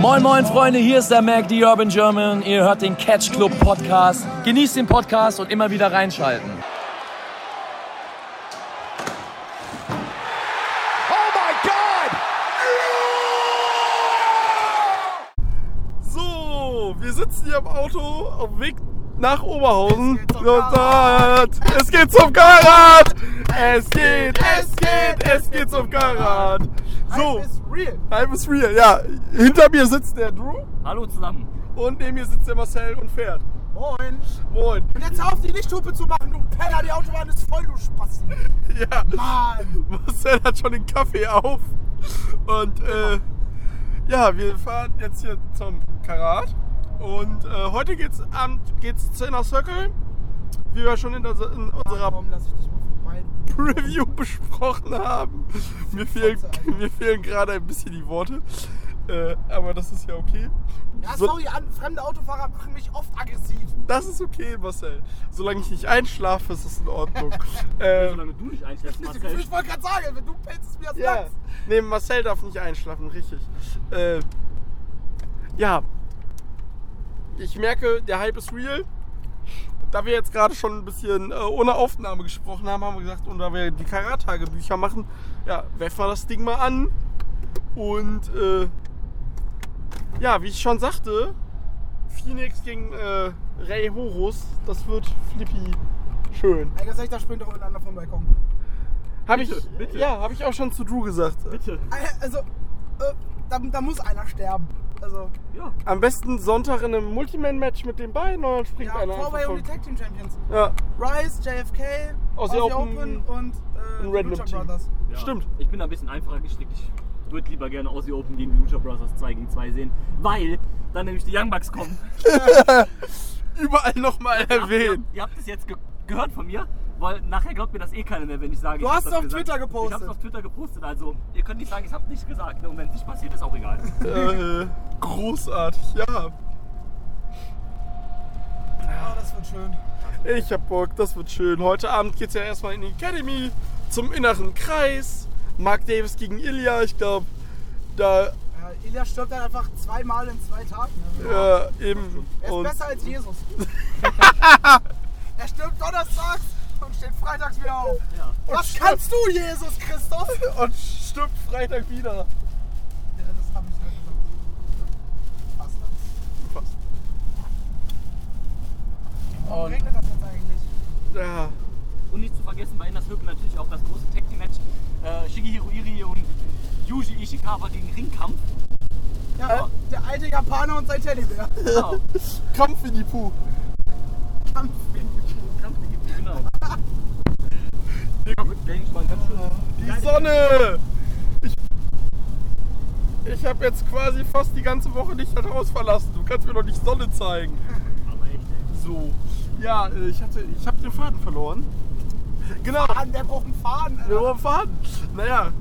Moin, moin, Freunde, hier ist der Mac, die Urban German. Ihr hört den Catch Club Podcast. Genießt den Podcast und immer wieder reinschalten. Oh my God! Oh So, wir sitzen hier im Auto auf dem Weg nach Oberhausen. Und dort, es geht zum Karat! Es geht, es geht, es geht zum Karat! So, Hype is real, ja. Hinter mir sitzt der Drew Hallo zusammen. und neben mir sitzt der Marcel und fährt. Moin. Moin. Und jetzt hör auf, die Lichthupe zu machen, du Penner. Die Autobahn ist voll, du Spasti. Ja, Mann. Marcel hat schon den Kaffee auf. Und äh, ja, wir fahren jetzt hier zum Karat. Und äh, heute geht's Abend geht's zu Inner Circle. Wie wir schon in, der, in unserer Warum lass ich dich mal vorbei? du? Preview besprochen haben. Mir fehlen, mir fehlen gerade ein bisschen die Worte. Äh, aber das ist ja okay. Ja, So- sorry, an, fremde Autofahrer machen mich oft aggressiv. Das ist okay, Marcel. Solange ich nicht einschlafe, ist es in Ordnung. Ähm, Solange du dich einschläfst, Marcel. Ich wollte gerade sagen, wenn du pennst, ist mir das Ja. Lachs. Nee, Marcel darf nicht einschlafen, richtig. Äh, ja. Ich merke, der Hype ist real. Da wir jetzt gerade schon ein bisschen äh, ohne Aufnahme gesprochen haben, haben wir gesagt, und da wir die Karat-Tagebücher machen, ja, werfen wir das Ding mal an. Und äh, ja, wie ich schon sagte, Phoenix gegen äh, Ray Horus, das wird flippy schön. Ey, ganz ehrlich, da springt doch miteinander vom Balkon. Habe ich, Bitte, bitte. ja, hab ich auch schon zu Drew gesagt. Bitte. Ey, Also, äh, da, da muss einer sterben. Also, Ja. Am besten Sonntag in einem Multiman-Match mit den beiden und dann springt ja, einer einfach Vorway und die von- Tag Team Champions. ja, Rice, JFK, Aussie Aussie Open Open und äh, ein random Lucha Team. Brothers. ja. Stimmt. Ich bin da ein bisschen einfacher gestrickt. Ich würde lieber gerne Aussie Open gegen die Lucha Brothers 2 gegen 2 sehen, weil dann nämlich die Young Bucks kommen. Überall nochmal Ihr, erwähnt. ihr habt es jetzt ge gehört von mir, weil nachher glaubt mir das eh keiner mehr, wenn ich sage, Du ich hab hast das es auf gesagt. Twitter Ich hab's gepostet. auf Twitter gepostet, also ihr könnt nicht sagen, ich hab's nicht gesagt. Ne? Und wenn es nicht passiert, ist auch egal. äh, großartig, ja. Ja, das wird schön. Ich hab Bock, das wird schön. Heute Abend geht's ja erstmal in die Academy, zum inneren Kreis. Mark Davis gegen Ilya, ich glaube, da Ja, Ilya stirbt dann einfach zweimal in zwei Tagen. Also, äh, eben. Er ist Und besser als Jesus. er stirbt donnerstags und steht freitags wieder auf. Ja. Was kannst du, Jesus Christus? Ja, und stirbt Freitag wieder. das habe ich nicht gesagt. Passt das. Fast. Warum regnet das jetzt eigentlich? Ja. Und nicht zu vergessen bei Inner Circle natürlich auch das große Tag Team Match äh, Shigehiro Iri und Yuji Ishikawa gegen Ringkampf. Ja, der alte Japaner und sein Teddybär. Ja. Kampf in die Puh. Kampf. Kampf gibt es, genau. Damit denke ich mal ganz schön. Die Sonne! Ich, ich habe jetzt quasi fast die ganze Woche nicht das Haus verlassen. Du kannst mir doch nicht Sonne zeigen. Aber echt, ey. So. Ja, äh, ich hatte. Ich habe den Faden verloren. Genau. Mann, der braucht einen Faden. Wir Alter. haben Faden. Naja.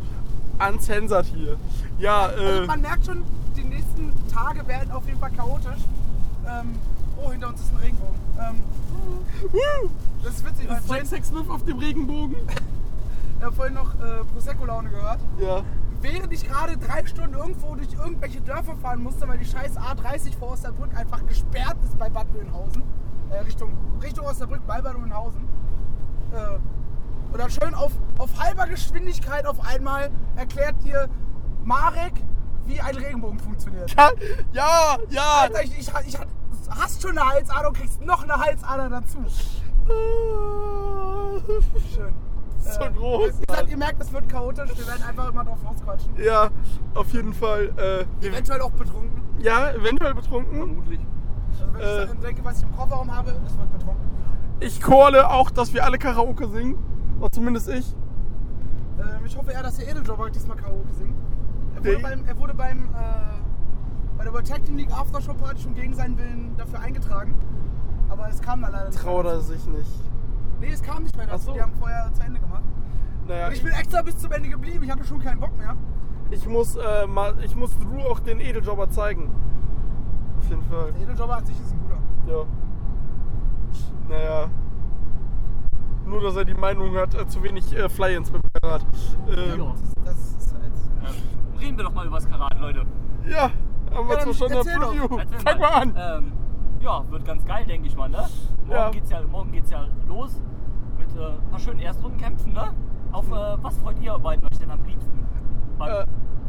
Uncensored hier. Ja, äh. Also man merkt schon, die nächsten Tage werden auf jeden Fall chaotisch. Ähm, oh, hinter uns ist ein Regenbogen. Ähm, wuh, das ist witzig, weil Ist Jane vorhin, Sex Smith auf dem Regenbogen? äh, vorhin noch äh, Prosecco-Laune gehört. Ja. Während ich gerade drei Stunden irgendwo durch irgendwelche Dörfer fahren musste, weil die scheiß A30 vor Osterbrück einfach gesperrt ist bei Bad Oeynhausen. Äh, Richtung, Richtung Osterbrück bei Bad Oeynhausen. Äh, und dann schön auf, auf halber Geschwindigkeit auf einmal erklärt dir Marek, wie ein Regenbogen funktioniert. Ja, ja. ja. Alter, ich, ich, ich hast schon eine Halsader und kriegst noch eine Halsader dazu. Schön. So Äh, groß. Wie gesagt, ihr merkt, es wird chaotisch. Wir werden einfach immer drauf losquatschen. Ja, auf jeden Fall. Äh, wir- Eventuell auch betrunken. ja, eventuell betrunken. Vermutlich. Also wenn Äh. ich daran denke, was ich im Kofferraum habe, es wird betrunken. Ich calle auch, dass wir alle Karaoke singen. Oder zumindest ich. Ähm, ich hoffe eher, dass der Edeljobber diesmal Karaoke singt. Er wurde Der- beim, er wurde beim äh, bei der World Tag Team League Aftershow Party schon gegen seinen Willen dafür eingetragen. Aber es kam da leider nicht. Traut er sich nicht. dazu. Nee, es kam nicht mehr Ach dazu. so. Die haben vorher zu Ende gemacht. Naja, Und ich, ich bin extra bis zum Ende geblieben. Ich hatte schon keinen Bock mehr. ich muss, äh, mal, ich muss Drew auch den Edeljobber zeigen. Auf jeden Fall, Der Edeljobber an sich ist ein guter. ja. Naja. Nur, dass er die Meinung hat, äh, zu wenig äh, Fly-Ins beim Karat. Ähm, Ja. Das ist halt. Ähm, reden wir doch mal über das Karat, Leute. ja, Haben wir Ja, zwar dann schon eine erzähl doch. Preview. Erzähl Fang mal Äh, an. Ähm, ja, wird ganz geil, denke ich mal. Ne? Morgen, Ja. Geht's ja, morgen geht's ja los mit äh, ein paar schönen Erstrundenkämpfen. Ne? Auf Mhm. äh, was freut ihr beiden euch denn am liebsten? Beim, Äh,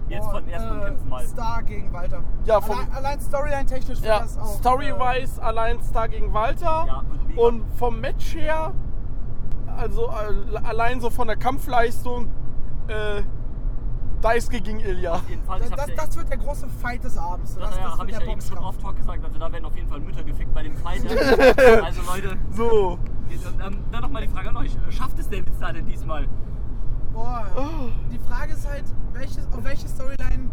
jetzt von den Erstrundenkämpfen äh, mal. Star gegen Walter. Ja, vom- allein, allein Storyline-technisch wäre Ja, das auch. äh, Story-wise allein Star gegen Walter. Ja, also wird mega. und vom Match her, also äh, allein so von der Kampfleistung, äh, Daisuke gegen Ilya. Äh, Jedenfalls das, hab's das, ja- das wird der große Fight des Abends. Das, Das, das ja, habe wird ich ja der eben schon Boxkampf. auf Talk gesagt. Also da werden auf jeden Fall Mütter gefickt bei dem Fight. also Leute, So. jetzt, ähm, dann nochmal die Frage an euch. Schafft es David Star denn diesmal? Boah. Oh. Die Frage ist halt, welches, auf welche Storyline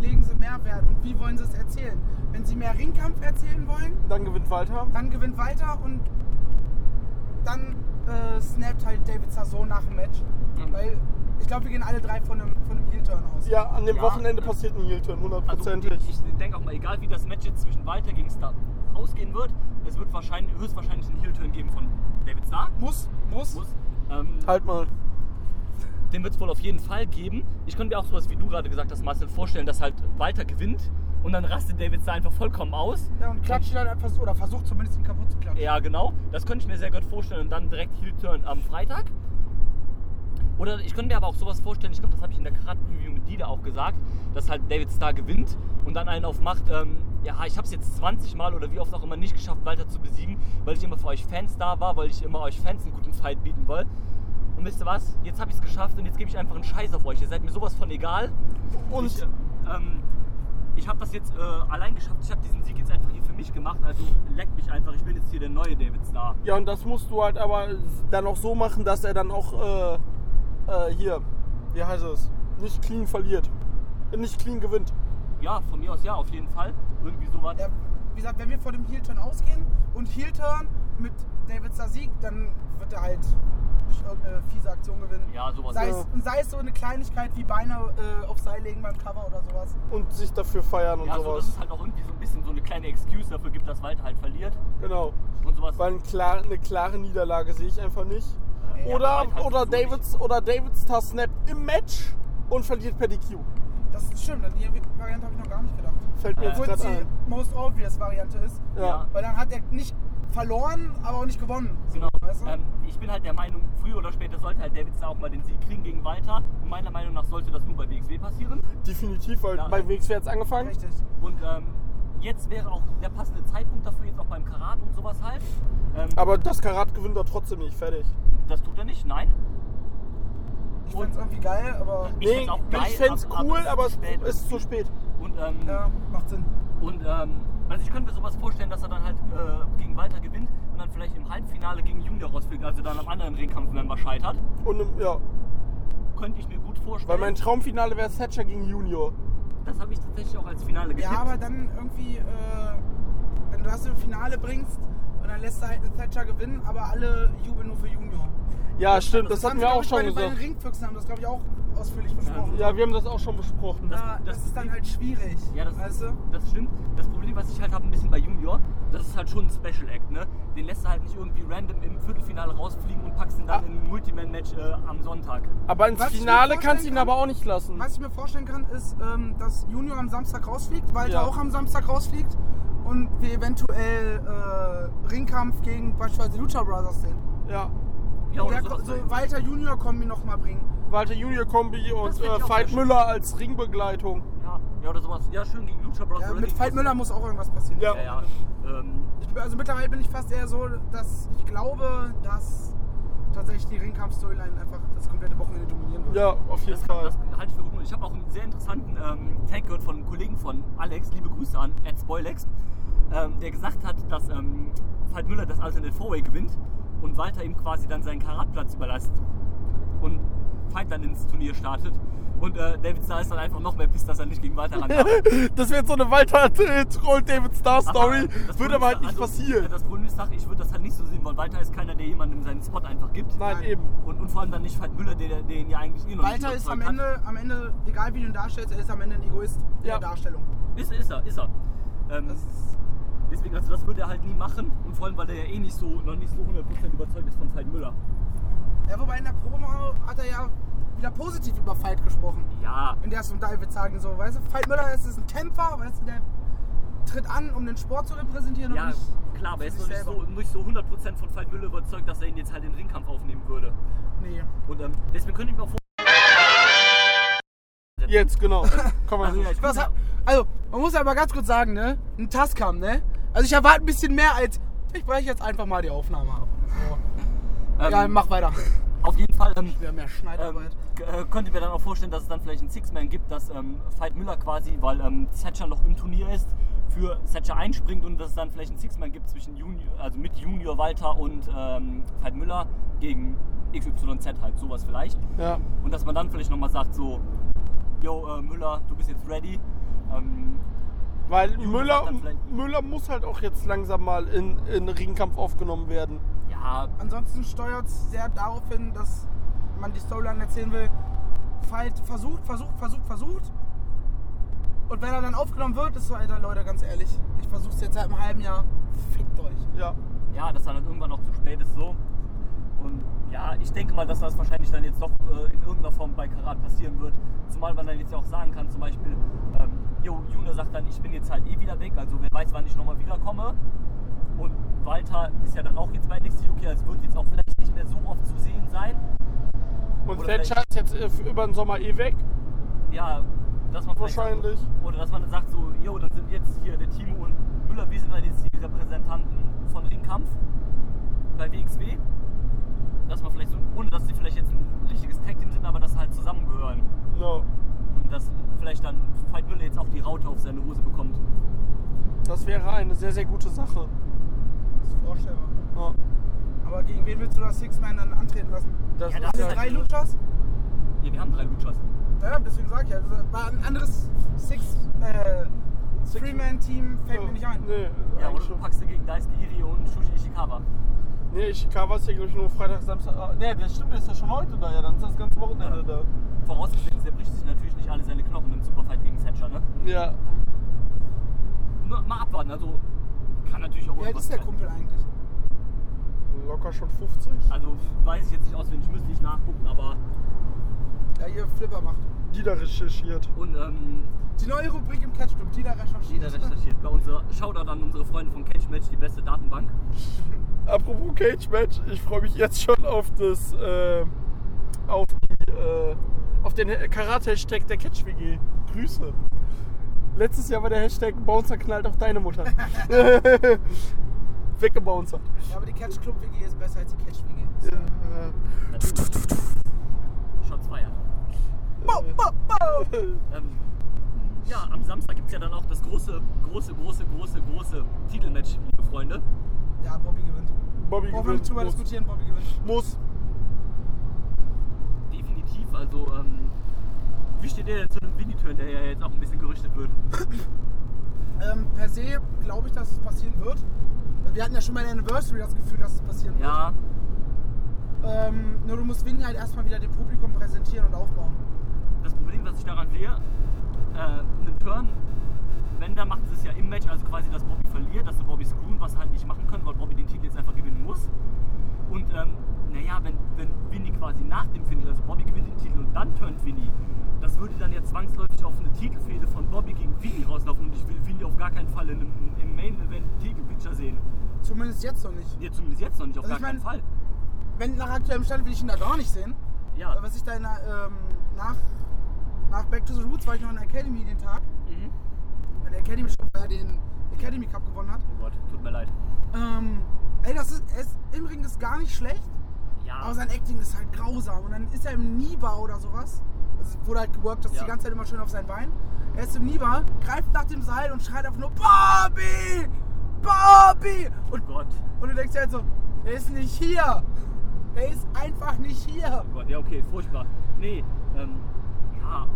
legen sie mehr Wert und wie wollen sie es erzählen? Wenn sie mehr Ringkampf erzählen wollen, Dann gewinnt Walter. dann gewinnt Walter und dann äh, snappt halt David Sasso nach dem Match. Mhm. Weil ich glaube, wir gehen alle drei von einem, von einem Heel-Turn aus. Ja, an dem Ja. Wochenende passiert ein Heel-Turn, Also hundertprozentig. ich, ich denke auch mal, egal wie das Match jetzt zwischen Walter gegen Star ausgehen wird, es wird wahrscheinlich, höchstwahrscheinlich einen Heel-Turn geben von David Star. Muss, muss. Muss. Ähm, halt mal. den wird es wohl auf jeden Fall geben. Ich könnte mir auch sowas, wie du gerade gesagt hast, Marcel, vorstellen, dass halt Walter gewinnt und dann rastet David Star einfach vollkommen aus. Ja, und klatscht ihn dann einfach so, oder versucht zumindest ihn kaputt zu klatschen. Ja, genau. Das könnte ich mir sehr gut vorstellen. Und dann direkt Heel-Turn am Freitag. Oder ich könnte mir aber auch sowas vorstellen, ich glaube, das habe ich in der Karat-Review mit Dida auch gesagt, dass halt David Starr gewinnt und dann einen aufmacht, ähm, ja, ich habe es jetzt 20 Mal oder wie oft auch immer nicht geschafft, Walter zu besiegen, weil ich immer für euch Fans da war, weil ich immer euch Fans einen guten Fight bieten wollte. Und wisst ihr was? Jetzt habe ich es geschafft und jetzt gebe ich einfach einen Scheiß auf euch. Ihr seid mir sowas von egal. Und Ich, äh, ähm, ich habe das jetzt äh, allein geschafft. Ich habe diesen Sieg jetzt einfach hier für mich gemacht. Also leck mich einfach. Ich bin jetzt hier der neue David Star. ja, und das musst du halt aber dann auch so machen, dass er dann auch äh, äh, hier, wie heißt es, nicht clean verliert. Nicht clean gewinnt. Ja, von mir aus ja, auf jeden Fall. Irgendwie sowas. Ja, wie gesagt, wenn wir vor dem Heel-Turn ausgehen und Heel-Turn mit David Sieg, dann wird er halt durch irgendeine fiese Aktion gewinnen. Ja, sowas. Sei, Ja. es, und sei es so eine Kleinigkeit wie Beine äh, auf Seil legen beim Cover oder sowas. Und sich dafür feiern und Ja, so, dass sowas. es halt auch irgendwie so ein bisschen so eine kleine Excuse dafür gibt, dass Walter halt verliert genau. und sowas. Weil ein klar, eine klare Niederlage sehe ich einfach nicht. Ja, Oder, Walter hat oder, sowieso Davids, oder Davids Star snappt im Match und verliert per DQ. Das ist schlimm, an die Variante habe ich noch gar nicht gedacht. Fällt mir Äh, jetzt Obwohl es gerade die ein. most obvious Variante ist. Ja. Ja. Weil dann hat er nicht verloren, aber auch nicht gewonnen. So, Genau. Weißt du? Ähm, ich bin halt der Meinung, früher oder später sollte halt David Star auch mal den Sieg kriegen gegen Walter. Und meiner Meinung nach sollte das nur bei BXW passieren. Definitiv, weil Ja. bei WXW hat es angefangen. Richtig. Und ähm, jetzt wäre auch der passende Zeitpunkt dafür, jetzt auch beim Karat und sowas halt. Ähm, Aber das Karat gewinnt er trotzdem nicht. Fertig. das tut er nicht, nein. Ich Und- find's irgendwie geil, aber Ich find's auch geil, ich fänd's aber- aber cool, es ist aber zu es spät. ist zu spät. Und ähm, ja, macht Sinn. Und ähm, also ich könnte mir sowas vorstellen, dass er dann halt äh, gegen Walter gewinnt und dann vielleicht im Halbfinale gegen Junior rausfliegt, also dann am anderen Ringkampfmember scheitert. Und ähm, ja, Könnte ich mir gut vorstellen. weil mein Traumfinale wäre Thatcher gegen Junior. das habe ich tatsächlich auch als Finale getippt. Ja, aber dann irgendwie, äh, wenn du das im Finale bringst und dann lässt du halt einen Thatcher gewinnen, aber alle jubeln nur für Junior. Ja, stimmt, das, hatten haben sie, wir glaub auch ich, schon bei, den- Bei den gesagt. Ringfüchsen haben das, glaube ich, auch ausführlich besprochen. Ja, wir haben das auch schon besprochen. Das- Ja, das, das- ist dann halt schwierig. Ja, das, weißt du? das stimmt. Das Problem, was ich halt habe, ein bisschen bei Junior, das ist halt schon ein Special Act, ne? Den lässt du halt nicht irgendwie random im Viertelfinale rausfliegen und packst ihn dann Ah. im Multiman-Match äh, am Sonntag. Aber ins Was ich mir Finale kannst du vorstellen ihn kann- aber auch nicht lassen. Was ich mir vorstellen kann, ist, ähm, dass Junior am Samstag rausfliegt, Walter Ja. auch am Samstag rausfliegt und wir eventuell äh, Ringkampf gegen beispielsweise Lucha Brothers sehen. Ja. Ja, Der, so Walter Junior Kombi nochmal bringen. Walter Junior Kombi und find äh, ich auch Veit sehr schön. Müller als Ringbegleitung. ja, ja, oder sowas. Ja, schön gegen Lucha Bros. Ja, oder mit gegen- Veit Müller muss auch irgendwas passieren. Ja. Ja, ja. Ähm, Ich, also mittlerweile bin ich fast eher so, dass ich glaube, dass tatsächlich die Ringkampf-Storyline einfach das komplette Wochenende dominieren wird. Ja, auf jeden Das, kann, Fall. das halte ich für gut. Und Ich habe auch einen sehr interessanten ähm, Tag gehört von einem Kollegen von Alex, liebe Grüße an Ed Spoilex, ähm, der gesagt hat, dass ähm, Veit Müller das Alternate Fourway gewinnt und Walter ihm quasi dann seinen Karatplatz überlässt und Veit dann ins Turnier startet. Und äh, David Starr ist dann einfach noch mehr pisst, dass er nicht gegen Walter ran darf. Das wäre jetzt so eine Walter-Troll-David Star-Story. Aber, äh, Würde aber halt Problem nicht ist, äh, passieren. Das Problem ist, ich würde das halt nicht so sehen, weil Walter ist keiner, der jemandem seinen Spot einfach gibt. Nein, Nein. eben. Und, und vor allem dann nicht Veit Müller, der den ja eigentlich eh noch nicht Walter ist am überzeugt hat. Ende, am Ende, egal wie du ihn darstellst, er ist am Ende ein Egoist Ja. der Darstellung. Ist, ist er, ist er. Ähm, Das ist, Deswegen, also das würde er halt nie machen und vor allem, weil er ja eh nicht so, noch nicht so 100% überzeugt ist von Veit Müller. ja, wobei in der Promo hat er ja wieder positiv über Veit gesprochen. Ja, In der es um David sagen so, weißt du, Veit Müller ist, ist ein Kämpfer, weißt du, der tritt an, um den Sport zu repräsentieren und ja, nicht klar, aber er ist sich noch nicht so, selber. nicht so 100% von Veit Müller überzeugt, dass er ihn jetzt halt in den Ringkampf aufnehmen würde. Nee. Und ähm, deswegen könnte ich mir auch vorstellen, Jetzt, genau. Komm mal Also, hier. ich Was, hab- also, man muss aber ganz kurz sagen, ne? Ein Tascam, ne? Also ich erwarte ein bisschen mehr als. Ich breche jetzt einfach mal die Aufnahme ab. ähm, Ja, mach weiter. auf jeden Fall ähm, Wir haben ja ähm, Schneidarbeit. k- äh, könnte ich mir dann auch vorstellen, dass es dann vielleicht ein Six-Man gibt, dass ähm, Veit Müller quasi, weil ähm, Thatcher noch im Turnier ist, für Thatcher einspringt und dass es dann vielleicht ein Six-Man gibt zwischen Junior, also mit Junior Walter und ähm, Veit Müller gegen XYZ halt, sowas vielleicht. Ja. Und dass man dann vielleicht nochmal sagt so, yo äh, Müller, du bist jetzt ready. Ähm, Weil Müller, dann vielleicht- Müller muss halt auch jetzt langsam mal in, in den Ringkampf aufgenommen werden. ja, Ansonsten steuert es sehr darauf hin, dass man die Storyline erzählen will. Fight versucht, versucht, versucht, versucht. Und wenn er dann aufgenommen wird, ist so, Alter, Leute, ganz ehrlich, ich versuch's jetzt seit einem halben Jahr. Fickt euch. Ja. ja, dass dann halt irgendwann auch zu spät ist so. Und ja, ich denke mal, dass das wahrscheinlich dann jetzt doch äh, in irgendeiner Form bei Karat passieren wird. Zumal man dann jetzt ja auch sagen kann, zum Beispiel, ähm, yo, Juna sagt dann, ich bin jetzt halt eh wieder weg, also wer weiß, wann ich nochmal wiederkomme. Und Walter ist ja dann auch jetzt bei NXT UK, also wird jetzt auch vielleicht nicht mehr so oft zu sehen sein. Und Oder Thatcher ist jetzt äh, für über den Sommer eh weg. Ja, dass man vielleicht- Wahrscheinlich. Oder dass man dann sagt so, yo, dann sind jetzt hier der Timo und Müller, wir sind dann jetzt die Repräsentanten von Ringkampf bei WXW. Dass man vielleicht so, ohne dass sie vielleicht jetzt ein richtiges Tag-Team sind, aber dass sie halt zusammengehören. Ja. Und dass vielleicht dann Veit Müller jetzt auch die Raute auf seine Hose bekommt. Das wäre eine sehr, sehr gute Sache. Das ist vorstellbar. Ja. Aber gegen wen willst du das Six-Man dann antreten lassen? Das Ja, ist das Alle halt drei die- Luchas? Ja, wir haben drei Luchas. Ja, deswegen sag ich ja. Das war ein anderes Six, äh, Three-Man-Team fällt mir nicht ein. Nee, Ja, eigentlich oder du schon. packst du gegen Daisuke Iri und Shushi Ishikawa. Nee, Ishikawa ist ja, glaube ich, nur Freitag, Samstag. Ah, Nee, das stimmt, der ist ja schon heute da. Ja, dann ist das ganze Wochenende da. Vorausgesetzt, er bricht sich natürlich nicht alle seine Knochen im Superfight gegen Thatcher, ne? Ja. Nur Mal abwarten, also kann natürlich auch Wie alt irgendwas ist der werden. Kumpel eigentlich? Locker schon 50. Also weiß ich jetzt nicht auswendig, müsste ich nachgucken, aber Der hier Flipper macht. Die da recherchiert. und ähm, Die neue Rubrik im Catch-Club, die da recherchiert. jeder recherchiert. Bei unserer Shoutout an unsere Freunde von Catch Match, die beste Datenbank. Apropos Cage Match, ich freue mich jetzt schon auf das, äh, auf die, äh, auf den Karate-Hashtag der Catch WG. Grüße. Letztes Jahr war der Hashtag Bouncer knallt auf deine Mutter. Weggebouncert. Ja, aber die Catch-Club-WG ist besser als die Catch-WG. äh, Shots feiert. Bow, bow, bow. Ähm, ja, am Samstag gibt es ja dann auch das große, große, große, große, große Titelmatch, liebe Freunde. Ja, Bobby gewinnt. Bobby Brauchen wir nicht gewinnt. drüber Muss. diskutieren, Bobby gewinnt. Muss. Definitiv, also ähm, wie steht ihr denn zu einem Winnie-Turn, der ja jetzt auch ein bisschen gerüchtet wird? Ähm, per se glaube ich, dass es passieren wird. Wir hatten ja schon mal in der Anniversary das Gefühl, dass es passieren wird. Ja, Ähm, nur du musst Vinny halt erstmal wieder dem Publikum präsentieren und aufbauen. das Problem, was ich daran sehe, äh, einen Turn, wenn, dann macht sie es ja im Match, also quasi, dass Bobby verliert, dass der Bobby screwen, was er halt nicht machen können, weil Bobby den Titel jetzt einfach gewinnen muss. Und ähm, naja, wenn, wenn Vinny quasi nach dem Finish, also Bobby gewinnt den Titel und dann turnt Vinny, das würde dann ja zwangsläufig auf eine Titelfehde von Bobby gegen Vinny rauslaufen und ich will Vinny auf gar keinen Fall in einem, im Main Event Titel Picture sehen. Zumindest jetzt noch nicht. Ja, zumindest jetzt noch nicht, auf Also gar ich meine- keinen Fall. Wenn nach aktuellem Stand will ich ihn da gar nicht sehen. Ja. Aber was ich da in der, ähm, nach, nach Back to the Roots war ich noch in der Academy den Tag, Mhm. weil der Academy Shop äh, den Academy Cup gewonnen hat. Oh Gott, tut mir leid. Ähm, ey, das ist, er ist im Ring ist gar nicht schlecht, Ja, aber sein Acting ist halt grausam. Und dann ist er im Niba oder sowas. Das wurde halt geworkt, das ist Ja. die ganze Zeit immer schön auf sein Bein. Er ist im Niba, greift nach dem Seil und schreit einfach nur Bobby! Bobby! Und, oh Gott, und du denkst dir halt so, er ist nicht hier! Er ist einfach nicht hier! oh Gott, ja okay, furchtbar. Nee, ähm, ja,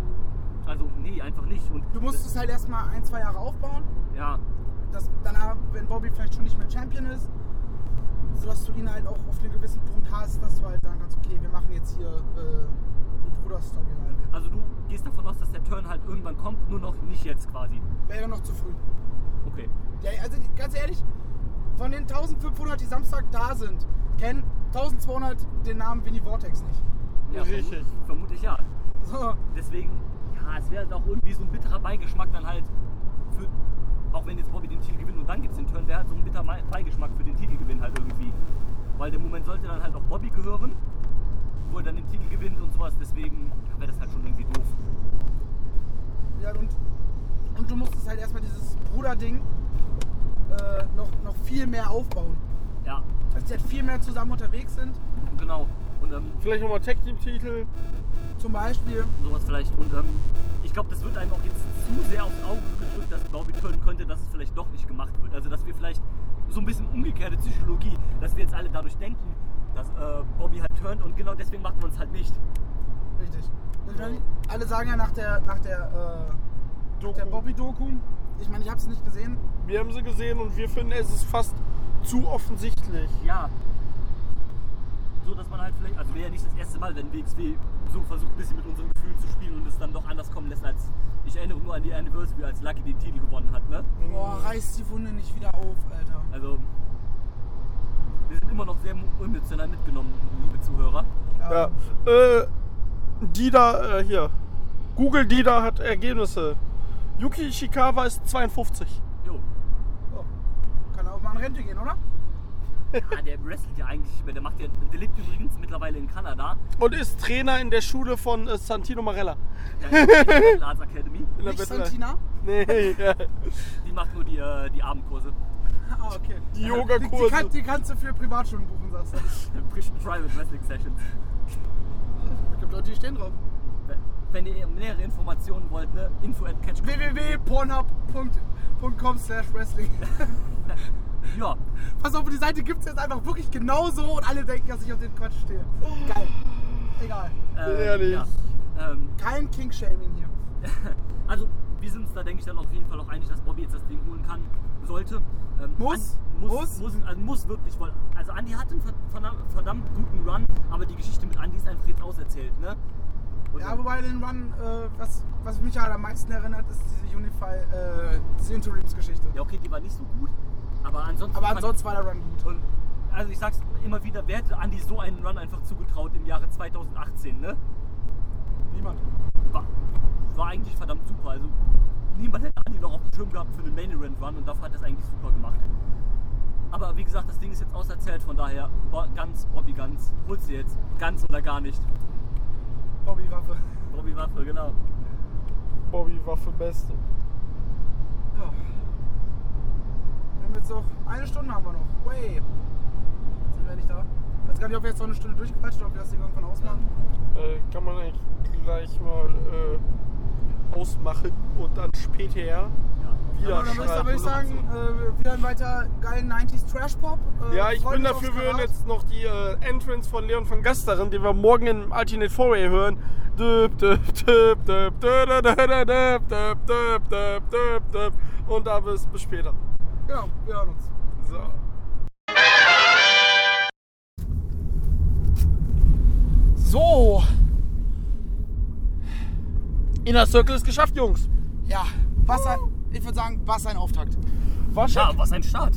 also nee, einfach nicht. Und Du musst es halt erstmal ein, zwei Jahre aufbauen. ja, dass danach, wenn Bobby vielleicht schon nicht mehr Champion ist, sodass du ihn halt auch auf einen gewissen Punkt hast, dass du halt sagen kannst, okay, wir machen jetzt hier äh, die Bruder-Storyline. also du gehst davon aus, dass der Turn halt irgendwann kommt, nur noch nicht jetzt quasi. Wäre noch zu früh. Okay. Ja, also die- ganz ehrlich, von den 1500, die Samstag da sind, kennen 1200 den Namen Vinny Vortex nicht. Ja, Richtig. vermut- Vermutlich ja. So, Deswegen, ja, es wäre halt auch irgendwie so ein bitterer Beigeschmack dann halt für, auch wenn jetzt Bobby den Titel gewinnt und dann gibt es den Turn, wäre halt so ein bitterer Mei- Beigeschmack für den Titelgewinn halt irgendwie. Weil der Moment sollte dann halt auch Bobby gehören, wo er dann den Titel gewinnt und sowas, deswegen ja, wäre das halt schon irgendwie doof. ja, und, und du musstest halt erstmal dieses Bruderding äh, noch, noch viel mehr aufbauen. Ja, Dass die halt viel mehr zusammen unterwegs sind, genau. Und ähm, Vielleicht nochmal Tag Team Titel. zum Beispiel. sowas vielleicht. Und ähm, ich glaube, das wird einem auch jetzt zu sehr aufs Auge gedrückt, dass Bobby Köln könnte, dass es vielleicht doch nicht gemacht wird. Also, dass wir vielleicht so ein bisschen umgekehrte Psychologie, dass wir jetzt alle dadurch denken, dass äh, Bobby halt turnt und genau deswegen macht man es halt nicht. Richtig. Ich meine, alle sagen ja nach der, nach der, äh, nach der Doku. Bobby-Doku, ich meine, ich habe es nicht gesehen, Wir haben sie gesehen und wir finden, es ist fast zu offensichtlich. Ja. So, dass man halt vielleicht, also wäre ja nicht das erste Mal, wenn WXW so versucht, ein bisschen mit unseren Gefühlen zu spielen und es dann doch anders kommen lässt, als ich erinnere nur an die Anniversary, als Lucky den Titel gewonnen hat, ne? boah, reißt die Wunde nicht wieder auf, Alter. Also, wir sind immer noch sehr emotional mitgenommen, liebe Zuhörer. Ja. Ähm, Äh, Dida, äh, hier. Google Dida hat Ergebnisse. Yuki Ishikawa ist 52. Jo. Oh. Kann auch mal in Rente gehen, oder? Ja, Ah, der wrestelt ja eigentlich nicht mehr. Der, macht ja, der lebt übrigens mittlerweile in Kanada. Und ist Trainer in der Schule von äh, Santino Marella. Der ist in der Battle Arts Academy. In der Nicht Battle- Santina? Nee, ja. Die macht nur die, äh, die Abendkurse. Ah, okay. Die Die, die, Yogakurse. kann, die kannst du für Privatschulen buchen, sagst du. Private Wrestling Sessions. Es gibt Leute, die stehen drauf. Wenn ihr nähere Informationen wollt, ne? Info at catch. www.pornhub.com slash wrestling. Ja, Pass auf, die Seite gibt es jetzt einfach wirklich genauso und alle denken, dass ich auf den Quatsch stehe. Geil. Egal. äh, Ehrlich. Ja. Ähm, Kein King-Shaming hier. also, wir sind uns da, denke ich, dann auf jeden Fall auch einig, dass Bobby jetzt das Ding holen kann, sollte. Ähm, Muss. An, muss, Muss. muss. Also muss wirklich, weil. Also, Andy hat einen ver- verdammt, verdammt guten Run, aber die Geschichte mit Andy ist einfach jetzt auserzählt, ne? Und Ja, wobei den Run, äh, was, was mich halt am meisten erinnert, ist diese Unify, äh, diese Interims-Geschichte. Ja, okay, die war nicht so gut. Aber ansonsten. Aber fand- ansonsten war der Run gut. Und, also ich sag's immer wieder, wer hätte Andy so einen Run einfach zugetraut im Jahre 2018, ne? Niemand. War, war eigentlich verdammt super. Also niemand hätte Andy noch auf dem Schirm gehabt für den Main Event Run und dafür hat er es eigentlich super gemacht. Aber wie gesagt, das Ding ist jetzt auserzählt, von daher Bo ganz, Bobby ganz, hol's dir jetzt. Ganz oder gar nicht. Bobby-Waffe. Bobby Waffe, genau. Bobby war für Beste. Ja. Wir haben jetzt noch eine Stunde haben wir noch. Way. Sind wir nicht da? Ich weiß gar nicht, ob wir jetzt noch eine Stunde durchquatschen oder ob wir das Ding irgendwann ausmachen. Äh, kann man eigentlich gleich mal äh, ausmachen und dann später Ja. wieder Aber dann würde ich, dann schreiben. würde ich sagen, äh, wir hören weiter geilen 90s Trash Pop. Äh, Ja, ich freuen bin uns aufs dafür, wir hören Karat. jetzt noch die äh, Entrance von Leon van Gasteren, den wir morgen im Alternate Foray hören. Döp, döp, döp, döp, dö, dö, dö, dö, döp, döp, döp, döp, döp, döp. Und da bis, bis später. Genau, wir hören uns. So. So, Inner Circle ist geschafft, Jungs. Ja, was ein, ich würde sagen, was ein Auftakt. ja, was ein Start.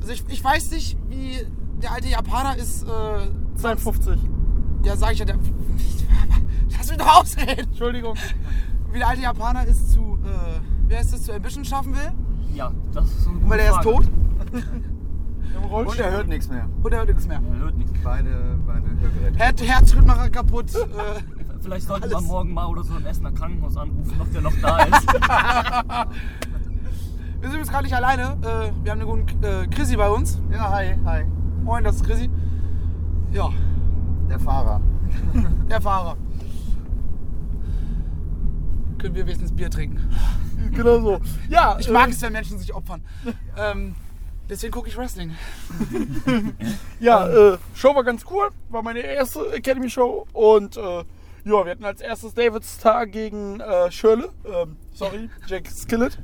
Also ich, ich weiß nicht, wie der alte Japaner ist. Äh, 52. ja, sag ich ja. Der, lass mich doch ausreden. Entschuldigung. Wie der alte Japaner ist zu. Äh, wer ist das zu Ambition schaffen will? Ja, das ist so Weil der ist tot Im Und er hört nichts mehr. und er hört nichts mehr. Er hört nichts. Beide, beide Hörgeräte. Her Herzrhythmacher kaputt. Äh, Vielleicht sollten wir morgen mal oder so im Essener Krankenhaus anrufen, ob der noch da ist. wir sind jetzt gerade nicht alleine. Äh, wir haben einen guten äh, Chrissy bei uns. Ja, hi, hi. Moin, das ist Chrissy. Ja, Der Fahrer. der Fahrer. Können wir wenigstens Bier trinken. Genau so. Ja, äh. Ich mag es, wenn Menschen sich opfern. Ähm, deswegen gucke ich Wrestling. Ja, äh, Show war ganz cool. War meine erste Academy-Show. Und äh, ja, wir hatten als erstes David Starr gegen äh, Schirle. Ähm, sorry, Jack Skillet.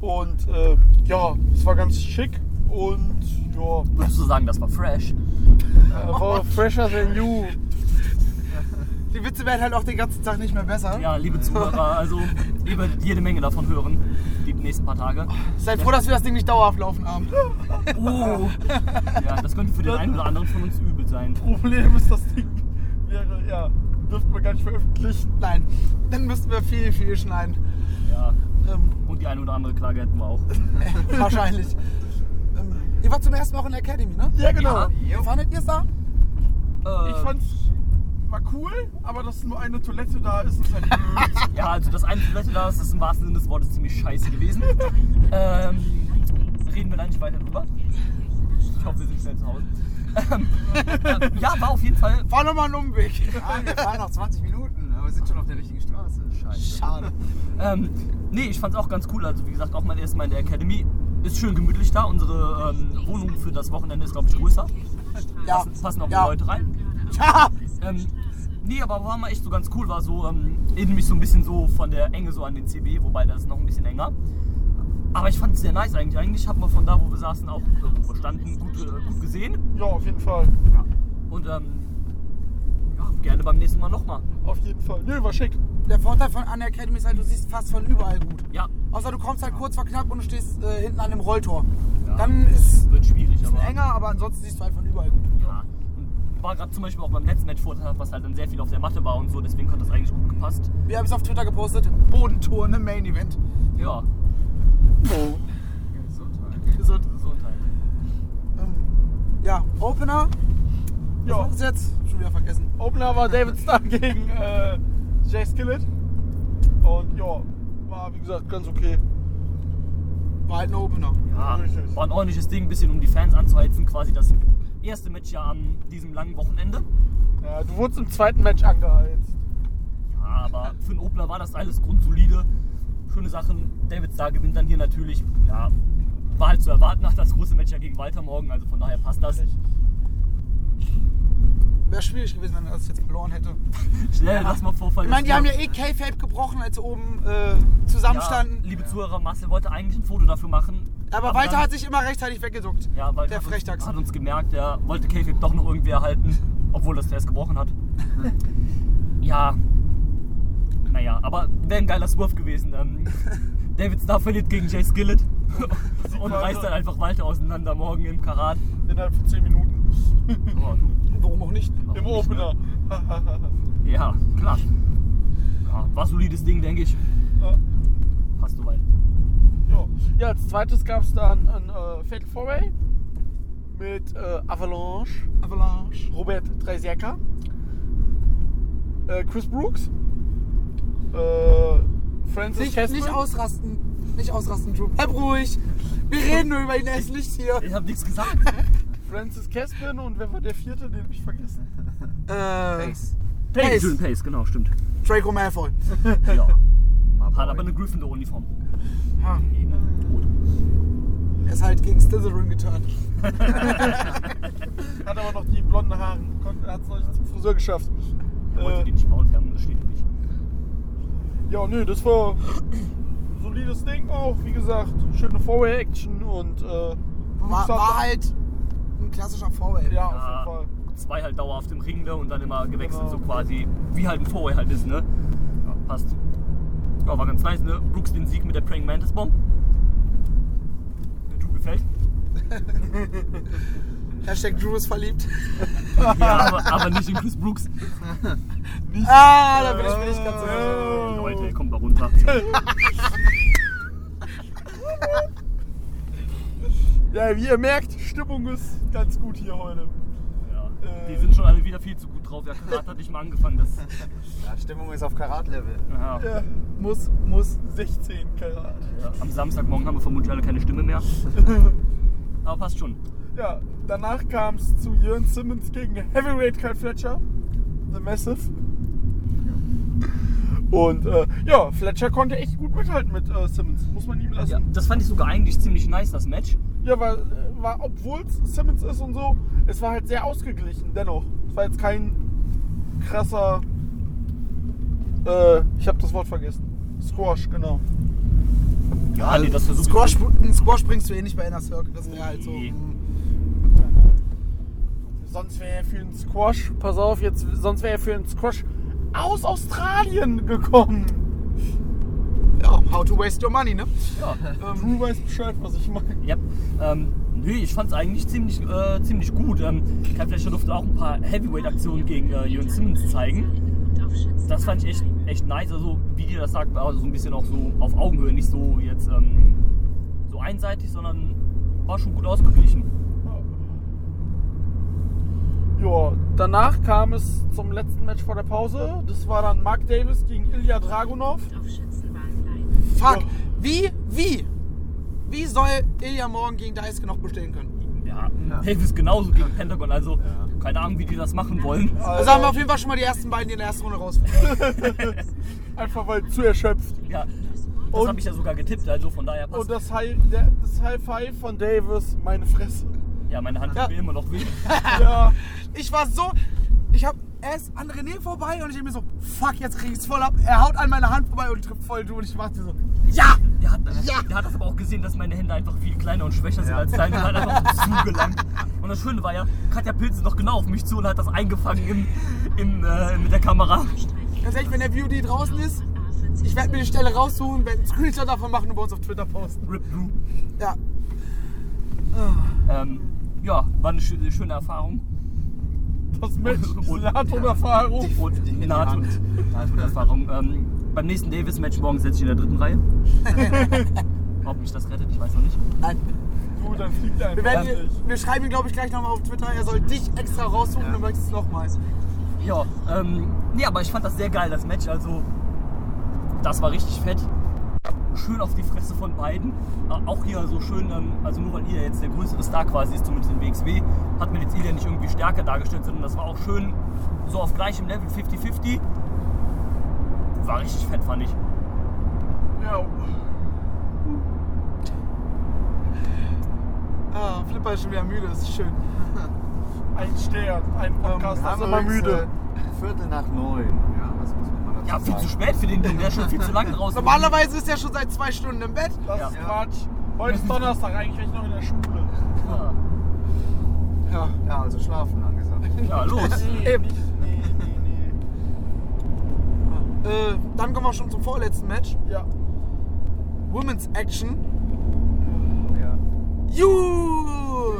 Und äh, ja, es war ganz schick. Und ja, Würdest du sagen, das war fresh? äh, war fresher than you. Die Witze werden halt auch den ganzen Tag nicht mehr besser. Ja, liebe Zuhörer, also ihr werdet jede Menge davon hören, die nächsten paar Tage. Seid froh, dass wir das Ding nicht dauerhaft laufen haben. Oh! Ja, das könnte für den einen oder anderen von uns übel sein. Problem ist, das Ding wäre ja, dürften wir gar nicht veröffentlichen. Nein, dann müssten wir viel, viel schneiden. Ja. Ähm, Und die eine oder andere Klage hätten wir auch. wahrscheinlich. Ähm, ihr wart zum ersten Mal auch in der Academy, ne? Ja, genau. Wie fandet ihr es da? Äh. Ich fand's war cool, aber dass nur eine Toilette da ist, ist halt blöd. Ja, also das eine Toilette da ist, ist im wahrsten Sinne des Wortes ziemlich scheiße gewesen. ähm, reden wir da nicht weiter drüber. Ich hoffe, wir sind schnell zu Hause. Ähm, äh, ja, war auf jeden Fall. Fahr nochmal einen Umweg. Mann, wir fahren noch 20 Minuten, aber wir sind schon auf der richtigen Straße. Scheiße. Schade. Ähm, nee, ich fand's auch ganz cool. Also, wie gesagt, auch mein erstes Mal in der Academy. Ist schön gemütlich da. Unsere ähm, Wohnung für das Wochenende ist, glaube ich, größer. Ja. Passen, passen auch Ja. die Leute rein. Ja. Ähm, nee, aber war mal echt so ganz cool. War so, ähm, erinnert mich so ein bisschen so von der Enge so an den CB, wobei das ist noch ein bisschen enger. Aber ich fand es sehr nice eigentlich. Eigentlich hat man von da, wo wir saßen, auch, äh, wo wir standen, gut, äh, gut gesehen. ja, auf jeden Fall. Und ähm, ja, gerne beim nächsten Mal nochmal. Auf jeden Fall. Nö, war schick. Der Vorteil von an der Academy ist halt, du siehst fast von überall gut. Ja, Außer du kommst halt kurz vor knapp und du stehst äh, hinten an dem Rolltor. Dann ist wird schwierig, es aber. enger, aber ansonsten siehst du halt von überall gut. Ja. Und War gerade zum Beispiel auch beim letzten Match vorteilhaft, was halt dann sehr viel auf der Matte war und so, deswegen hat das eigentlich gut gepasst. Wir haben es auf Twitter gepostet. ne, Bodenturne Main Event. Ja, Ähm, Gesund. Gesundheit. Ähm, ja, Opener. Ja. Ja. Was ist jetzt? Schon wieder vergessen. Opener war David Starr gegen äh, Jay Skillett. Und ja, war wie gesagt ganz okay. War halt ein Opener. Ja, Richtig. war ein ordentliches Ding, ein bisschen um die Fans anzuheizen, quasi das erste Match ja an diesem langen Wochenende. Ja, du wurdest im zweiten Match angeheizt. Ja, aber für den Opler war das alles grundsolide. Schöne Sachen. David Starr gewinnt dann hier natürlich. Ja, war halt zu erwarten nach das große Match ja gegen Walter morgen, also von daher passt das. Wäre schwierig gewesen, wenn er das jetzt verloren hätte. Schnell, lass mal Vorfall. Ich meine, die haben ja eh K-Fape gebrochen, als sie oben äh, zusammenstanden. Liebe Zuhörer, Marcel wollte eigentlich ein Foto dafür machen. aber Walter dann- hat sich immer rechtzeitig weggeduckt. ja, Walter der hat uns- Frechdachs. hat uns gemerkt, der wollte Käfig doch noch irgendwie erhalten, obwohl das erst gebrochen hat. ja. Naja, aber wäre ein geiler Swerve gewesen. Ähm, David Starr verliert gegen Jay Skillett und reißt dann einfach Walter auseinander morgen im Karat. Innerhalb von 10 Minuten. Ja, du, Warum auch nicht? Im warum nicht, Opener. ne? Ja, klar. Ja, war solides Ding, denke ich. Ja. Passt soweit. Ja. ja, als zweites gab es dann ein äh, Fatal Foray mit äh, Avalanche, Avalanche. Robert Dreisierka, äh, Chris Brooks, äh, Francis Nicht, Kessman. nicht ausrasten. Nicht ausrasten, Drew. Bleib ruhig. Wir reden nur über ihn, er ist nicht hier. Äh, Ich habe nichts gesagt. Francis Caspin und wer war der vierte, den hab ich vergessen? Äh, Pace. Pace. Pace. Pace, genau, stimmt. Draco Malfoy. Ja. Hat Hat aber eine Gryffindor-Uniform. Ha, Rot. er ist halt gegen Slytherin geturnt. Hat aber noch die blonden Haare. Hat es noch nicht zum Friseur geschafft. Er wollte Äh, die nicht bauen, haben, das steht ihm nicht. ja, nö, das war solides Ding auch, wie gesagt. Schöne Foray-Action und äh, War, Brooks hat- war halt ein klassischer Vorwelt. Ja, auf Ja. jeden Fall. zwei halt dauerhaft im Ring ne, und dann immer gewechselt, Genau. so quasi wie halt ein Vorher halt ist, ne? Passt. Ja, war ganz nice, ne? Brooks den Sieg mit der Praying Mantis Bomb. Der Typ gefällt. Hashtag Drew ist verliebt. Ja, aber, aber nicht in Chris Brooks. Ah, da bin ich mir nicht ganz so sicher. Äh, Leute, kommt mal runter. Äh, Ja, wie ihr merkt, Stimmung ist ganz gut hier heute. Ja. Die sind schon alle wieder viel zu gut drauf. Ja, Karat hat nicht mal angefangen, das. Ja, Stimmung ist auf Karat-Level. Ja. Ja, muss, muss 16 Karat. Ja. Am Samstagmorgen haben wir vermutlich alle keine Stimme mehr. Aber passt schon. Ja, danach kam es zu Jörn Simmons gegen Heavyweight Kyle Fletcher, The Massive. Und äh, ja, Fletcher konnte echt gut mithalten mit äh, Simmons, muss man ihm Ja, lassen. das fand ich sogar eigentlich ziemlich nice, das Match. Ja, weil, äh, war, obwohl es Simmons ist und so, es war halt sehr ausgeglichen, dennoch. Es war jetzt kein krasser, äh, ich habe das Wort vergessen, Squash, genau. Ja, nee, das versucht Squash, einen Squash bringst du eh nicht bei Inner Circle. Das wäre halt so. Nee. Sonst wäre er für den Squash, pass auf, jetzt, sonst wäre er für den Squash aus Australien gekommen. Ja, how to waste your money, ne? Drew weiß Bescheid, was ich mache. Ja, ähm, nee, ich fand es eigentlich ziemlich, äh, ziemlich gut. Ähm, Kai Fleischer durfte auch ein paar Heavyweight-Aktionen gegen äh, Jürgen Simmons zeigen. Das fand ich echt, echt nice. Also, wie dir das sagt, also so ein bisschen auch so auf Augenhöhe, nicht so jetzt ähm, so einseitig, sondern war schon gut ausgeglichen. Ja, danach kam es zum letzten Match vor der Pause. Das war dann Mark Davis gegen Ilya Dragunov. Fuck. Wie, wie, wie soll Ilya morgen gegen Deiske noch bestehen können? Ja, Davis genauso gegen Pentagon. Also, keine Ahnung, wie die das machen wollen. Also haben wir auf jeden Fall schon mal die ersten beiden, die in der ersten Runde raus. Einfach weil zu erschöpft. Ja, das Und- habe ich ja sogar getippt, also von daher passt. Und das High, der, das High Five von Davis, meine Fresse. Ja, meine Hand tut mir immer noch weh. Ja, Ich war so, ich hab, er ist an René vorbei und ich hab mir so, fuck, jetzt krieg ich's voll ab. Er haut an meine Hand vorbei und trifft voll du und ich mach dir so, ja! Der hat, Ja. der hat das aber auch gesehen, dass meine Hände einfach viel kleiner und schwächer sind als deine und hat einfach so zugelangt. Und das Schöne war ja, Katja Pilz ist noch genau auf mich zu und hat das eingefangen im, im, äh, mit der Kamera. Ganz ehrlich, wenn der VOD draußen ist, ich werde mir die Stelle raussuchen, werde einen Screenshot davon machen und bei uns auf Twitter posten. Rip Blue. Ja. Ähm, ja, war eine schö- schöne Erfahrung. das Match, diese Und- Laton-Erfahrung. Und die eine harte, harte Erfahrung. Ähm, beim nächsten Davis-Match morgen setze ich in der dritten Reihe. Ob mich das rettet, ich weiß noch nicht. Nein. Du, dann fliegt er Wir, einfach werden, nicht. wir schreiben ihn, glaube ich, gleich nochmal auf Twitter. Er soll dich extra raussuchen und möchtest es nochmal. Ja, ähm, nee, aber ich fand das sehr geil, das Match. Also, das war richtig fett. Schön auf die Fresse von beiden. Äh, Auch hier so schön, ähm, also nur weil ihr jetzt der größere Star quasi ist, zumindest in WXW, hat man jetzt Ilya nicht irgendwie stärker dargestellt, sondern das war auch schön so auf gleichem Level, 50-50. War richtig fett, fand ich. Ja, Ah, Flipper ist schon wieder müde, das ist schön. Ähm, ein Stern, ein Podcast, das ist immer müde. Viertel nach neun. Ja, was muss man dazu Ja, viel zu sagen? spät für den Ding, der ist schon viel zu lang draußen. äh, Normalerweise ist er schon seit zwei Stunden im Bett. Das Ja. ist Quatsch. Heute ist Donnerstag, eigentlich wäre ich noch in der Schule. Ja, Ja, ja, also schlafen angesagt. ja, los. Nee, nicht, nee, nee, nee. Äh, dann kommen wir schon zum vorletzten Match. Ja, Women's Action. Oh, Ja. Juhu!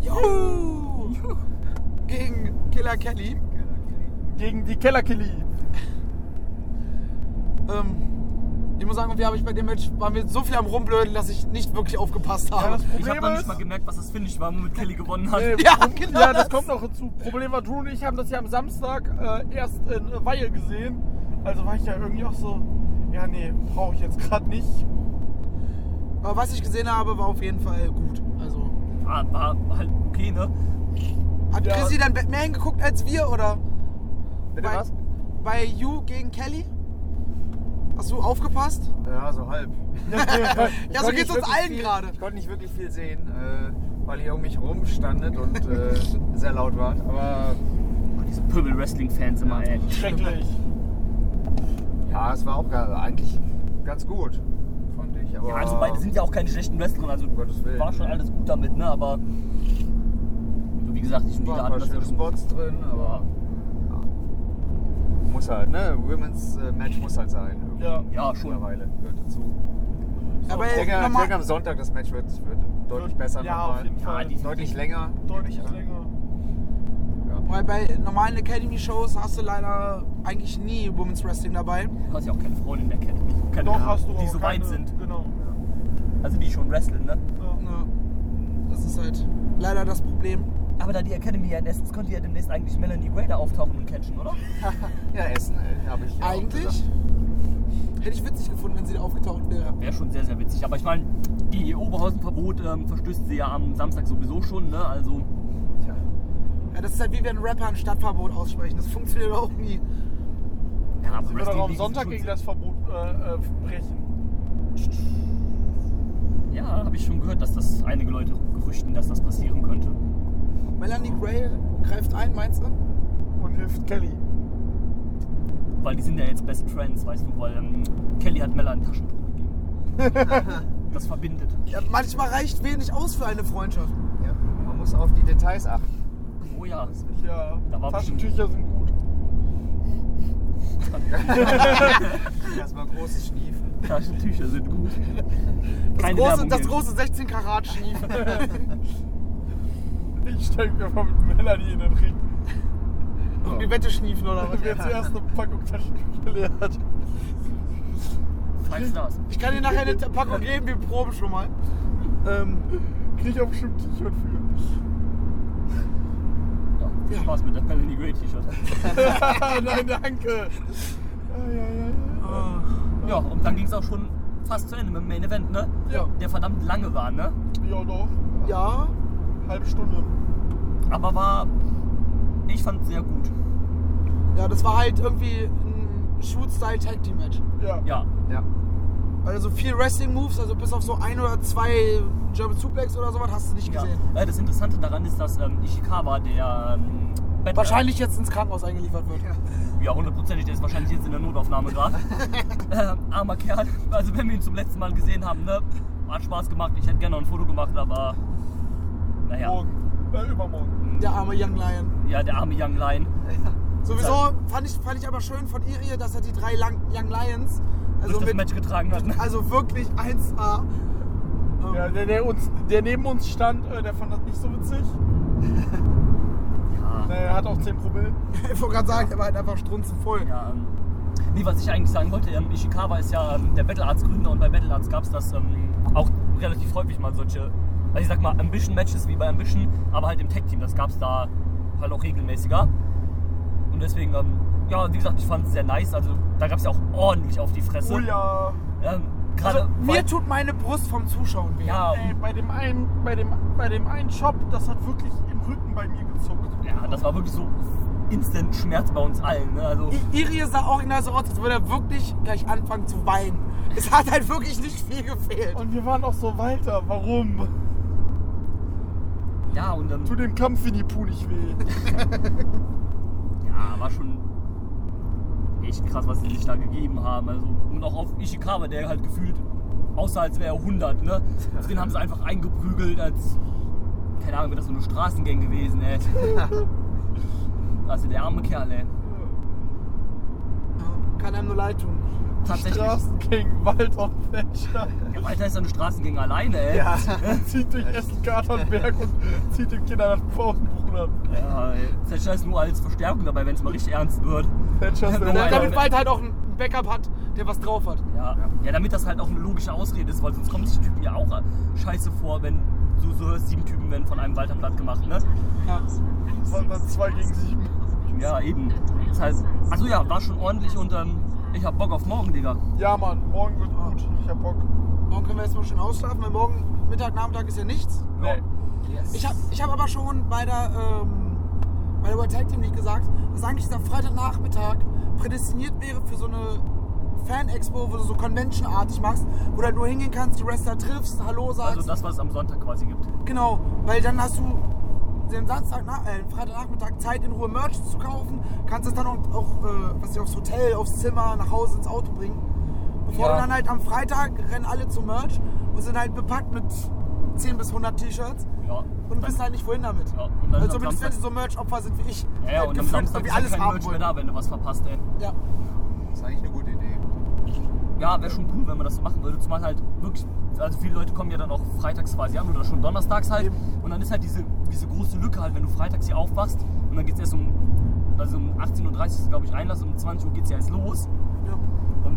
Juhu! Gegen Killer Kelly. gegen die Kellerkilly. Ähm, ich muss sagen, wir habe ich bei dem Match waren wir so viel am rumblödeln, dass ich nicht wirklich aufgepasst habe. das- Ich habe Problem noch nicht mal ist- gemerkt, was das Finish war, womit Kelly gewonnen hat. Nee, Ja, Pro- genau ja, das. das kommt noch hinzu. Problem war, Drew und ich haben das ja am Samstag äh, erst in äh, Weil gesehen. Also war ich ja irgendwie auch so, ja, nee, brauche ich jetzt gerade nicht. Aber was ich gesehen habe, war auf jeden Fall gut. Also Ah, war halt okay, ne? hat Ja. Chrissy dann mehr hingeguckt als wir oder Bitte bei, was? bei You gegen Kelly? Hast du aufgepasst? Ja, so halb. Ja, so Ich konnte geht's nicht uns wirklich allen viel- gerade. Ich konnte nicht wirklich viel sehen, äh, weil ihr um mich rumstandet und äh, sehr laut wart. Aber Oh, Diese Pöbel-Wrestling-Fans immer, ey. Schrecklich. ja, es war auch gar, eigentlich ganz gut, fand ich. Aber Ja, also beide sind ja auch keine schlechten Wrestler, Um also Gottes Willen. war schon alles gut damit, ne? Aber so wie gesagt, ich Es wieder waren ein an paar das schöne Spots drin, aber ja. muss halt, ne? Women's äh, Match muss halt sein. Irgendwie. Ja. Ja, schon. Mittlerweile gehört dazu. Aber Ich denke, ich nochmal- denke am Sonntag das Match wird, wird deutlich besser Ja, auf nochmal. jeden Fall. Ja, die- Deutlich länger. Deutlich nehme ich an. länger. Weil bei normalen Academy-Shows hast du leider eigentlich nie Women's Wrestling dabei. Du hast ja auch keine Frauen in der Kette. Keine, Doch hast du die aber so keine, weit sind. Genau. Also die schon wrestlen, ne? Ja. Das ist halt leider das Problem. Aber da die Academy ja in Essen ist, könnte ja demnächst eigentlich Melanie Raider auftauchen und catchen, oder? Ja, Essen äh, habe ich. ja auch Eigentlich gesagt. hätte ich witzig gefunden, wenn sie da aufgetaucht wäre. Wäre schon sehr, sehr witzig. Aber ich meine, die Oberhausen-Verbot ähm, verstößt sie ja am Samstag sowieso schon, ne? Also, Tja. Ja, das ist halt wie wenn Rapper ein Stadtverbot aussprechen. Das funktioniert auch nie. ja, aber Sie wird auch Wrestling am League Sonntag gegen ist das Verbot äh, äh, brechen. schon- Ja, habe ich schon gehört, dass das einige Leute gerüchten, dass das passieren könnte. Melanie Gray greift ein, meinst du? Und hilft Kelly. Weil die sind ja jetzt Best Friends, weißt du, weil ähm, Kelly hat Mella einen Taschentuch gegeben. das verbindet. Ja, manchmal reicht wenig aus für eine Freundschaft. Ja, man muss auf die Details achten. Oh ja, Ja, Da war Taschentücher sind gut. Erstmal großes Schniefen. Taschentücher sind gut. Das Keine große, Werbung das hier. große 16 Karat Schnief. ich stelle mir vor, mit Melanie in den Ring. Um die Wette schniefen oder was? Wer zuerst eine Packung Taschentücher leer hat. Five Stars. Ich kann dir nachher eine Packung geben, wir proben schon mal. Ähm, krieg ich auch bestimmt ein T-Shirt für. Ja. Viel Spaß mit der Melanie Grey T-Shirt. Ah, Nein, danke. Ja, und dann ging es auch schon fast zu Ende mit dem Main Event, ne? Ja. Der verdammt lange war, ne? Ja, doch. Ja, Halbe Stunde. Aber war. Ich fand sehr gut. ja, das war halt irgendwie ein Shoot-Style-Tag-Team-Match. Ja. Ja. Ja. Also viel Wrestling-Moves, also bis auf so ein oder zwei German Suplex oder sowas hast du nicht ja. gesehen. Äh, Das Interessante daran ist, dass ähm, Ishikawa, der. Ähm, Bettler- Wahrscheinlich jetzt ins Krankenhaus eingeliefert wird. Ja, hundertprozentig, der ist wahrscheinlich jetzt in der Notaufnahme gerade. ähm, armer Kerl. Also, wenn wir ihn zum letzten Mal gesehen haben, ne? Hat Spaß gemacht. Ich hätte gerne noch ein Foto gemacht, aber. Naja. Morgen. Äh, übermorgen. Der arme Young Lion. Ja, der arme Young Lion. Sowieso fand ich, fand ich aber schön von Irie, dass er die drei Lang Young Lions, also, durch das mit, Match getragen hat. Ne? also wirklich 1A. Ähm, Ja, der, der, uns, der neben uns stand, äh, der fand das nicht so witzig. Ja. Der hat auch 10 Promille. Ich wollte gerade sagen, der war halt einfach strunzenvoll. Ja, ähm, nee, was ich eigentlich sagen wollte, ähm, Ishikawa ist ja ähm, der Battle Arts Gründer und bei Battle Arts gab es das ähm, auch relativ häufig mal solche, also ich sag mal Ambition Matches wie bei Ambition, aber halt im Tag Team, das gab es da halt auch regelmäßiger. Und deswegen, ähm, ja, wie gesagt, ich fand es sehr nice, also da gab es ja auch ordentlich auf die Fresse. Oh ja. Ähm, Gerade Also, mir weil- tut meine Brust vom Zuschauen weh. ja, Ey, bei dem einen, bei dem, bei dem einen Shop, das hat wirklich im Rücken bei mir gezuckt. ja, das war wirklich so instant Schmerz bei uns allen. Ne? Also, I- Irie sah original so aus, als würde er wirklich gleich anfangen zu weinen. Es hat halt wirklich nicht viel gefehlt. Und wir waren auch so weiter. Warum? ja, und ähm, Tut dem Kampf in die Puh nicht weh. Ja, war schon echt krass, was sie sich da gegeben haben. Also, und auch auf Ishikawa, der halt gefühlt aussah, als wäre er 100, ne? Auf Den haben sie einfach eingeprügelt, als. Keine Ahnung, wäre das so eine Straßengang gewesen, ey. Also, der arme Kerl, ey. Kann einem nur leid tun. Tatsächlich. Straßenking, Wald und Fetscher. Ja, Walter ist so eine Straßengang alleine, ey. Ja, Zieht durch Essen-Katernberg und zieht den Kindern das Pausenbuch ab. ey. Thatcher ist nur als Verstärkung dabei, wenn es mal richtig ernst wird. Fetscher ist Wenn der man- Meinung, Damit Wald halt auch ein Backup hat, der was drauf hat. Ja. ja, damit das halt auch eine logische Ausrede ist, weil sonst kommt sich Typen ja auch scheiße vor, wenn du so hörst, sieben Typen werden von einem Walter platt gemacht, ne? Ja. waren das zwei gegen sieben. Ja, eben. Das heißt, also ja, war schon ordentlich und ähm, ich hab Bock auf morgen, Digga. Ja, Mann, morgen wird Ah. gut. Ich hab Bock. Morgen können wir erstmal schön ausschlafen, weil morgen Mittag, Nachmittag ist ja nichts. Nee. Ich habe ich hab aber schon bei der, ähm, bei der World Tag Team League gesagt, dass eigentlich dieser Freitagnachmittag prädestiniert wäre für so eine Fan-Expo, wo du so Convention-artig machst, wo du halt nur hingehen kannst, die Wrestler triffst, Hallo sagst. Also das, was es am Sonntag quasi gibt. Genau, weil dann hast du den Samstag, na- äh, Freitagnachmittag Zeit in Ruhe Merch zu kaufen, kannst es dann auch, auch äh, was ich, aufs Hotel, aufs Zimmer, nach Hause ins Auto bringen. Bevor Ja. du dann halt am Freitag rennen alle zum Merch und sind halt bepackt mit 10 bis 100 T-Shirts Ja. und wissen halt nicht wohin damit. Ja, und dann also am zumindest wenn sie Samstag. so Merch-Opfer sind wie ich. halt Ja, ja, und am Gefühlt Samstag irgendwie ist alles alles kein haben Merch mehr wollen. da, wenn du was verpasst, ey. Ja. Das ist eigentlich eine gute Idee. Ja, wäre schon cool, wenn man das so machen würde. Zumal halt wirklich, also viele Leute kommen ja dann auch freitags quasi an oder schon donnerstags halt. Eben. Und dann ist halt diese, diese große Lücke halt, wenn du freitags hier aufwachst und dann geht's erst um, also um 18.30 Uhr glaube ich Einlass und um 20 Uhr geht's ja erst los. Ja. Und,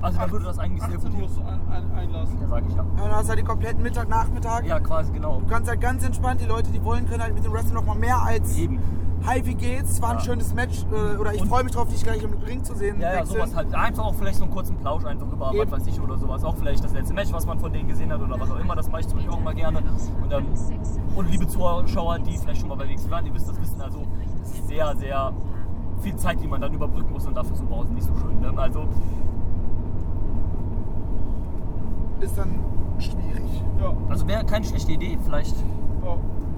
also da würde das eigentlich sehr gut 18 Uhr ist ein, ein, Einlass. Ja, sag ich ja. ja, dann hast du halt den kompletten Mittag, Nachmittag. Ja, quasi, genau. Du kannst halt ganz entspannt, die Leute, die wollen, können halt mit dem Wrestling nochmal mehr als Eben. Hi, wie geht's? War ein Ja. schönes Match. Äh, oder ich Und- freue mich drauf, dich gleich im Ring zu sehen. Ja, ja, wechseln. sowas halt. Einfach auch vielleicht so einen kurzen Plausch einfach über, Eben. was weiß ich, oder sowas. Auch vielleicht das letzte Match, was man von denen gesehen hat oder was auch immer. Das mache ich zum Beispiel auch mal gerne. Und, ähm, und liebe Zuschauer, die vielleicht schon mal bei WXW waren, die wissen das wissen. Also, es ist sehr, sehr viel Zeit, die man dann überbrücken muss und dafür zu brauchen. Nicht so schön. Ne? Also, Ist dann schwierig. Ja, also wäre keine schlechte Idee. Vielleicht. ja.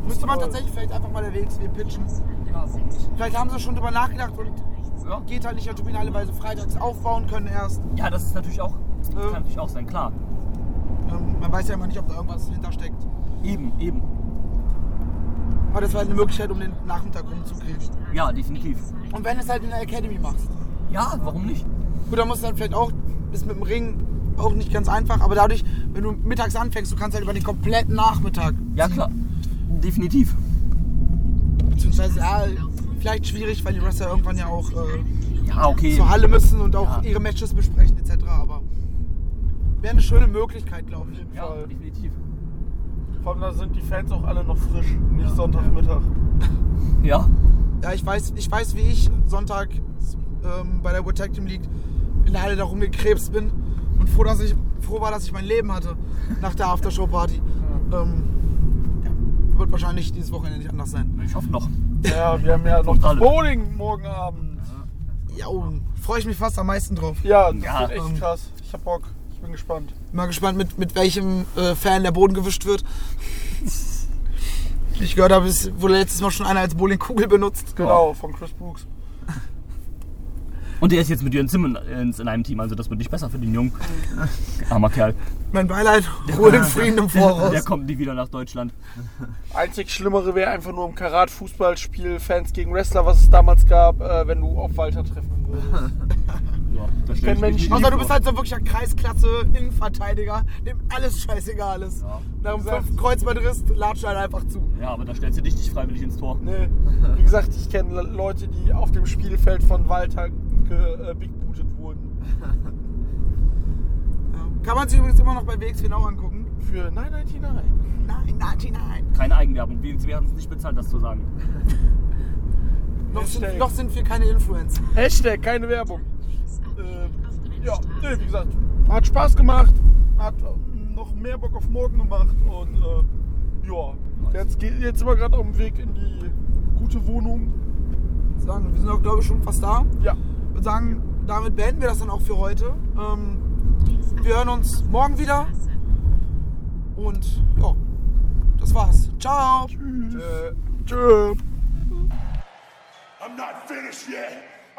Müsste man tatsächlich vielleicht einfach mal der WXW pitchen. Ja, warum nicht? Vielleicht haben sie schon drüber nachgedacht und Ja. geht halt nicht der Turbinale, weil sie freitags aufbauen können erst. ja, das ist natürlich auch. Kann natürlich auch sein, klar. Ähm, man weiß ja immer nicht, ob da irgendwas hintersteckt. Eben, eben. Aber das war halt eine Möglichkeit, um den Nachmittag rumzukriegen. Ja, definitiv. Und wenn du es halt in der Academy machst. Ja, warum nicht? halt Gut, dann musst du dann vielleicht auch das mit dem Ring auch nicht ganz einfach, aber dadurch, wenn du mittags anfängst, du kannst halt über den kompletten Nachmittag. Ja, klar. Definitiv. Beziehungsweise, ja, vielleicht schwierig, weil die Wrestler irgendwann ja auch äh, Ja, okay. zur Halle müssen und auch Ja. ihre Matches besprechen etc. Aber wäre eine schöne Möglichkeit, glaube ich. Ja, Voll. definitiv. Vor allem, da sind die Fans auch alle noch frisch, nicht Sonntagmittag. Ja. Ja, ich weiß, ich weiß, wie ich Sonntag ähm, bei der World Tag Team League in der Halle da rumgekrebst bin und froh, dass ich, froh war, dass ich mein Leben hatte nach der Aftershow-Party. Ähm, ja, wird wahrscheinlich dieses Wochenende nicht anders sein. Ich hoffe noch. Ja, wir haben ja noch Und alle. das Bowling morgen Abend. Ja, oh, freue ich mich fast am meisten drauf. Ja, das Ja, wird echt krass. Ich hab Bock. Ich bin gespannt. Bin Mal gespannt, mit, mit welchem äh, Fan der Boden gewischt wird. Ich gehört habe, es wurde letztes Mal schon einer als Bowlingkugel benutzt. Genau, von Chris Brooks. Und der ist jetzt mit Jürgen Simmons in einem Team, also das wird nicht besser für den Jungen. Armer Kerl. Mein Beileid, Ruhe den Frieden im Der Voraus. kommt nie wieder nach Deutschland. Einzig Schlimmere wäre einfach nur im Karat-Fußballspiel Fans gegen Wrestler, was es damals gab, äh, wenn du auf Walter treffen würdest. Ja, da kenn stell ich mich Menschen, nicht die- Außer du vor. bist halt so ein wirklicher Kreisklasse Innenverteidiger, dem alles scheißegal ist. Nach dem fünften Kreuzbandriss latscht er halt einfach zu. Ja, aber da stellst du dich nicht freiwillig ins Tor. Nee, wie gesagt, ich kenne Le- Leute, die auf dem Spielfeld von Walter ge- äh, bigbootet wurden. Ja. Kann man sich übrigens immer noch bei WX genau angucken. Für 999. Nein, nein, nein. Keine Eigenwerbung. Wir, wir haben es nicht bezahlt, das zu sagen. Noch sind, Hashtag. noch sind wir keine Influencer. Hashtag, keine Werbung. Ähm, ja, nee, wie gesagt, hat Spaß gemacht, hat ähm, noch mehr Bock auf morgen gemacht und äh, ja, jetzt, geht, jetzt sind wir gerade auf dem Weg in die gute Wohnung. Sagen, wir sind auch, glaube ich, schon fast da. Ja, Ich würde sagen, damit beenden wir das dann auch für heute. Ähm, wir hören uns morgen wieder. Und ja, das war's. Ciao. äh, tschö. I'm not finished yet.